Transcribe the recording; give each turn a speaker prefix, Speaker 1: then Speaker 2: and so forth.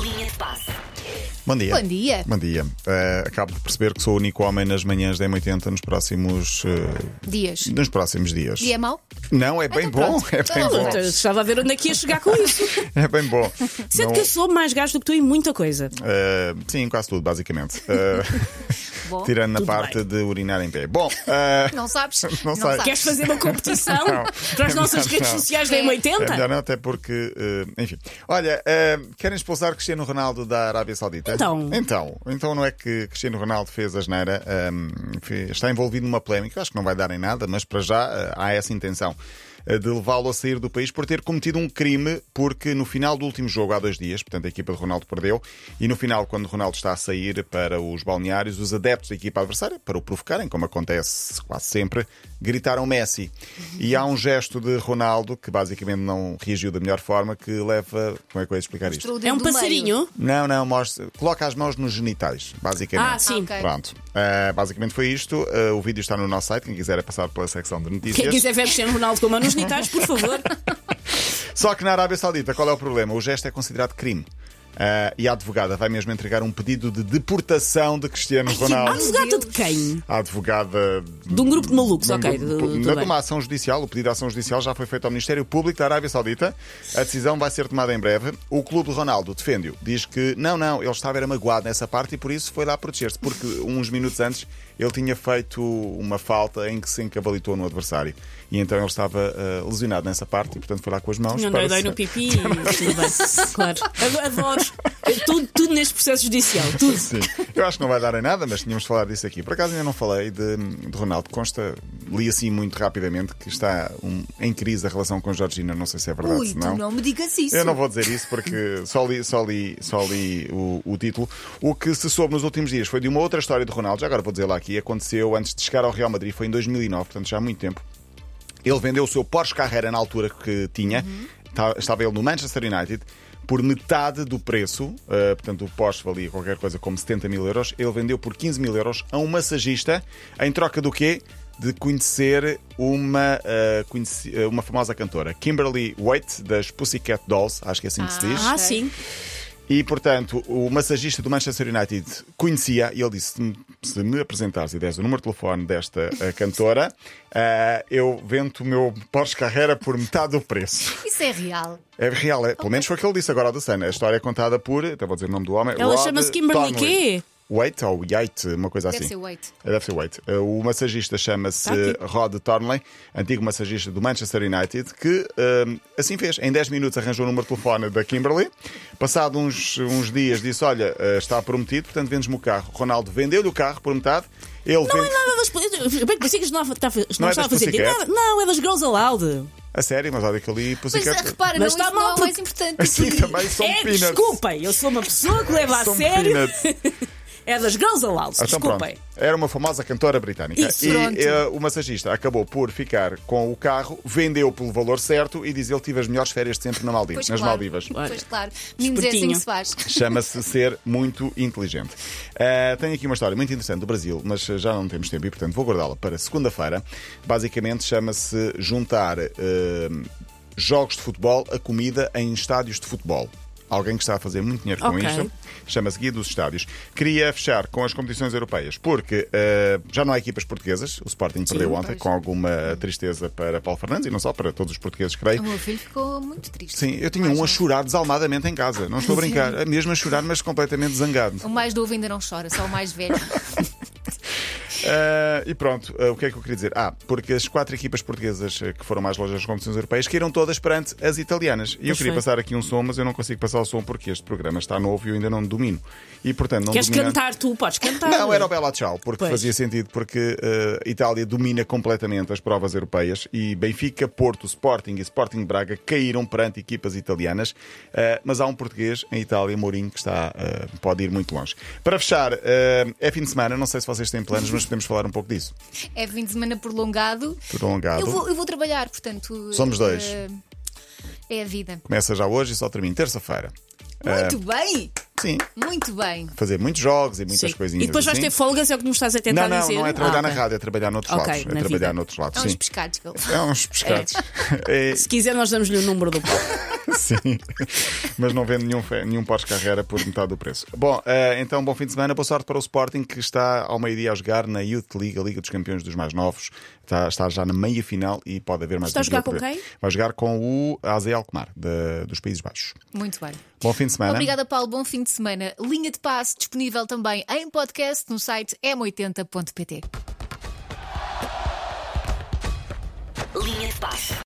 Speaker 1: Linha de passe.
Speaker 2: Bom dia.
Speaker 3: Bom dia.
Speaker 2: Bom dia. Eh, acabo de perceber que sou o único homem nas manhãs da M80 nos próximos, eh,
Speaker 3: Dias.
Speaker 2: nos próximos dias.
Speaker 3: E é mau?
Speaker 2: Não, é bem
Speaker 3: então
Speaker 2: bom.
Speaker 3: pronto.
Speaker 2: É
Speaker 3: Então
Speaker 2: bem
Speaker 3: não
Speaker 2: bom.
Speaker 4: Eu Estava a ver onde é que ia chegar com isso.
Speaker 2: É bem bom.
Speaker 4: Sendo
Speaker 2: Não-
Speaker 4: que eu sou mais gajo do que tu em muita coisa.
Speaker 2: Eh, sim, quase tudo, basicamente. Eh,
Speaker 1: Bom.
Speaker 2: tirando na
Speaker 4: Tudo
Speaker 2: parte
Speaker 4: bem.
Speaker 2: de urinar em pé. Bom, eh,
Speaker 3: Não sabes?
Speaker 2: Não sei.
Speaker 3: sabes.
Speaker 4: Queres fazer uma competição
Speaker 2: Não.
Speaker 4: para as nossas
Speaker 2: Não,
Speaker 4: redes
Speaker 2: não.
Speaker 4: sociais da
Speaker 2: é melhor
Speaker 4: M80?
Speaker 2: não, até porque. eh, enfim. Olha, eh, querem expulsar Cristiano Ronaldo da Arábia Saudita?
Speaker 4: Então.
Speaker 2: Então, então não é que Cristiano Ronaldo fez a geneira. eh, enfim, está envolvido numa polémica, eu acho que não vai dar em nada, mas para já eh, há essa intenção. eh, De levá-lo a sair do país por ter cometido um crime, porque no final do último jogo, há dois dias, portanto a equipa de Ronaldo perdeu, e no final, quando Ronaldo está a sair para os balneários, os adeptos da equipa adversária, para o provocarem, como acontece quase sempre, gritaram Messi. E há um gesto de Ronaldo, que basicamente não reagiu da melhor forma, que leva. Como é que eu ia explicar isto?
Speaker 3: Mostrou o
Speaker 4: É
Speaker 3: dedo
Speaker 4: um
Speaker 3: do meio.
Speaker 4: passarinho?
Speaker 2: Não, não, mostra, coloca as mãos nos genitais, basicamente.
Speaker 4: Ah, sim.
Speaker 3: Ah, ok.
Speaker 2: Pronto. Uh, basicamente foi isto. Uh, o vídeo está no nosso site, quem quiser é passar pela secção de notícias.
Speaker 4: Quem quiser ver Cristiano Ronaldo com a mão nos genitais, por favor.
Speaker 2: Só que na Arábia Saudita, qual é o problema? O gesto é considerado crime. Uh, e a advogada vai mesmo entregar um pedido de deportação de Cristiano
Speaker 4: Há
Speaker 2: Ronaldo.
Speaker 4: advogada de quem?
Speaker 2: A advogada.
Speaker 4: De um grupo de malucos,
Speaker 2: Não,
Speaker 4: ok.
Speaker 2: do-
Speaker 4: tudo
Speaker 2: do-
Speaker 4: bem.
Speaker 2: não de uma ação judicial, o pedido de ação judicial já foi feito ao Ministério Público da Arábia Saudita. A decisão vai ser tomada em breve. O clube de Ronaldo defende-o. Diz que não, não, ele estava era magoado nessa parte e por isso foi lá proteger-se, porque uns minutos antes ele tinha feito uma falta em que se encavalitou no adversário. E então ele estava ah, lesionado nessa parte e portanto foi lá com as mãos.
Speaker 4: Não
Speaker 2: para
Speaker 4: dói, dói
Speaker 2: se-
Speaker 4: no pipi. e tudo bem. Claro. Ad- Adoro. Tudo, tudo neste processo judicial. Tudo.
Speaker 2: Sim, eu acho que não vai dar em nada, mas tínhamos de falar disso aqui. Por acaso ainda não falei de, de Ronaldo. Consta, li assim muito rapidamente que está um- em crise a relação com Georgina. Não sei se é verdade
Speaker 3: Ui,
Speaker 2: se
Speaker 3: tu não me digas isso.
Speaker 2: Eu não vou dizer isso porque só li, só li, só li o, o título. O que se soube nos últimos dias foi de uma outra história de Ronaldo, já agora vou dizer lá aqui, aconteceu antes de chegar ao Real Madrid, foi em 2009, portanto já há muito tempo. Ele vendeu o seu Porsche Carrera na altura que tinha, Ta- estava ele no Manchester United, por metade do preço, eh, portanto o Porsche valia qualquer coisa como 70 mil euros, ele vendeu por 15 mil euros a um massagista, em troca do quê? De conhecer uma, eh, conheci- eh, uma famosa cantora, Kimberly Waite, das Pussycat Dolls, acho que é assim que se diz.
Speaker 4: Ah, sim.
Speaker 2: E, portanto, o massagista do Manchester United conhecia, e ele disse: "Se me- se me apresentares e deres o número de telefone desta eh, cantora, eh, eu vendo o meu Porsche Carrera por metade do preço.
Speaker 3: Isso é real.
Speaker 2: É real, é, pelo menos foi o que ele disse agora ao The Sun. A história é contada por, até vou dizer o nome do homem.
Speaker 4: Ela
Speaker 2: Rod
Speaker 4: chama-se Kimberly
Speaker 2: Tonley.
Speaker 4: quê?
Speaker 2: Wait ou Yate, uma coisa
Speaker 3: Deve
Speaker 2: assim.
Speaker 3: ser Wait.
Speaker 2: Eh, Deve ser Wait. Eh, O massagista chama-se
Speaker 4: Tá
Speaker 2: Rod Thornley, antigo massagista do Manchester United, que eh, assim fez. Em 10 minutos arranjou o número de telefone da Kimberly. Passado uns, uns dias disse: Olha, eh, está prometido, portanto vendes-me o carro. Ronaldo vendeu-lhe o carro por metade. Ele
Speaker 4: Não
Speaker 2: vende.
Speaker 4: é nada das. eu Bem, parecia que não, estava-
Speaker 2: Não
Speaker 4: não
Speaker 2: é
Speaker 4: estava a
Speaker 2: das
Speaker 4: fazer aqui.
Speaker 2: Pussycat?
Speaker 4: Nada, não, é das Girls Aloud.
Speaker 2: A sério, mas olha que ali.
Speaker 3: Mas ah,
Speaker 2: Pussycat-
Speaker 3: repara,
Speaker 4: Mas
Speaker 3: não,
Speaker 4: está
Speaker 3: isso
Speaker 4: mal,
Speaker 3: não é o mais
Speaker 4: porque-
Speaker 3: importante.
Speaker 2: Assim
Speaker 3: porque-
Speaker 2: também são
Speaker 4: é,
Speaker 2: peanuts.
Speaker 4: desculpem, eu sou uma pessoa que leva a
Speaker 2: São
Speaker 4: sério.
Speaker 2: peanuts.
Speaker 4: É das Girls Aloud,
Speaker 2: Então, pronto.
Speaker 4: desculpem.
Speaker 2: Era uma famosa cantora britânica.
Speaker 4: Isso,
Speaker 2: e
Speaker 4: pronto.
Speaker 2: eh, o massagista acabou por ficar com o carro, vendeu pelo valor certo e diz ele tive as melhores férias de sempre na Maldiva,
Speaker 3: Pois
Speaker 2: nas
Speaker 3: claro.
Speaker 2: Maldivas.
Speaker 4: Olha.
Speaker 3: Pois claro. Meninos é assim
Speaker 4: Espertinho.
Speaker 3: que se faz.
Speaker 2: Chama-se ser muito inteligente. Eh, tenho aqui uma história muito interessante do Brasil, mas já não temos tempo e, portanto, vou guardá-la para segunda-feira. Basicamente, chama-se juntar eh, jogos de futebol a comida em estádios de futebol. Alguém que está a fazer muito dinheiro com
Speaker 4: Ok.
Speaker 2: isto. Chama-se Guia dos Estádios. Queria fechar com as competições europeias, porque eh, já não há equipas portuguesas. O Sporting perdeu ontem,
Speaker 3: pois.
Speaker 2: com alguma tristeza para Paulo Fernandes e não só, para todos os portugueses, creio.
Speaker 3: O meu filho ficou muito triste.
Speaker 2: Sim, eu tinha
Speaker 3: Mais
Speaker 2: um a
Speaker 3: novo.
Speaker 2: chorar desalmadamente em casa. Não estou a brincar. É Mesmo a chorar, mas completamente zangado.
Speaker 3: O mais novo ainda não chora, só o mais velho.
Speaker 2: Ah, e pronto, ah, o que é que eu queria dizer? Ah, porque as quatro equipas portuguesas ah, que foram mais longe das competições europeias caíram todas perante as italianas. E eu
Speaker 4: Pois
Speaker 2: queria
Speaker 4: foi.
Speaker 2: passar aqui um som, mas eu não consigo passar o som porque este programa está novo e eu ainda não domino. E portanto, não
Speaker 4: Queres
Speaker 2: dominando-
Speaker 4: cantar tu? Podes cantar.
Speaker 2: Não, era o Bela Tchau, porque
Speaker 4: Pois.
Speaker 2: fazia sentido, porque eh, a Itália domina completamente as provas europeias e Benfica, Porto, Sporting e Sporting Braga caíram perante equipas italianas, eh, mas há um português em Itália, Mourinho, que está, eh, pode ir muito longe. Para fechar, eh, é fim de semana, não sei se vocês têm planos, mas podemos falar um pouco disso. um
Speaker 3: É fim de semana prolongado.
Speaker 2: Prolongado.
Speaker 3: Eu vou, eu vou trabalhar, portanto.
Speaker 2: Somos dois.
Speaker 3: eh, É a vida.
Speaker 2: Começa já hoje e só termina terça-feira. É.
Speaker 3: Muito bem!
Speaker 2: Sim,
Speaker 3: Muito bem.
Speaker 2: fazer muitos jogos e
Speaker 4: Sim.
Speaker 2: muitas coisinhas.
Speaker 4: E depois vais
Speaker 2: assim.
Speaker 4: ter folgas, é o que nos estás a tentar
Speaker 2: Não, não,
Speaker 4: dizer.
Speaker 2: não é trabalhar
Speaker 4: Ah,
Speaker 2: na
Speaker 4: ok.
Speaker 2: rádio, é trabalhar noutros
Speaker 4: Ok,
Speaker 2: lados. É
Speaker 4: na
Speaker 2: trabalhar
Speaker 4: vida.
Speaker 2: noutros
Speaker 3: É
Speaker 2: lados,
Speaker 3: uns
Speaker 2: sim.
Speaker 3: pescados que ele
Speaker 2: É uns pescados. É.
Speaker 4: Se quiser, nós damos-lhe o número do pau.
Speaker 2: Sim, mas não vendo nenhum, fe- nenhum Porsche Carrera por metade do preço. Bom, eh, então bom fim de semana, boa sorte para o Sporting que está ao meio-dia a jogar na Youth League, a Liga dos Campeões dos Mais Novos. Está, está já na meia-final e pode haver mais
Speaker 4: Está a
Speaker 2: um
Speaker 4: jogar
Speaker 2: jogo
Speaker 4: com
Speaker 2: por aí.
Speaker 4: quem?
Speaker 2: Vai jogar com o AZ Alkmaar, da- dos Países Baixos.
Speaker 3: Muito bem.
Speaker 2: Bom fim de semana.
Speaker 3: Obrigada, Paulo. Bom fim de semana. Linha de passe disponível também em podcast no site m80.pt.
Speaker 1: Linha de passe.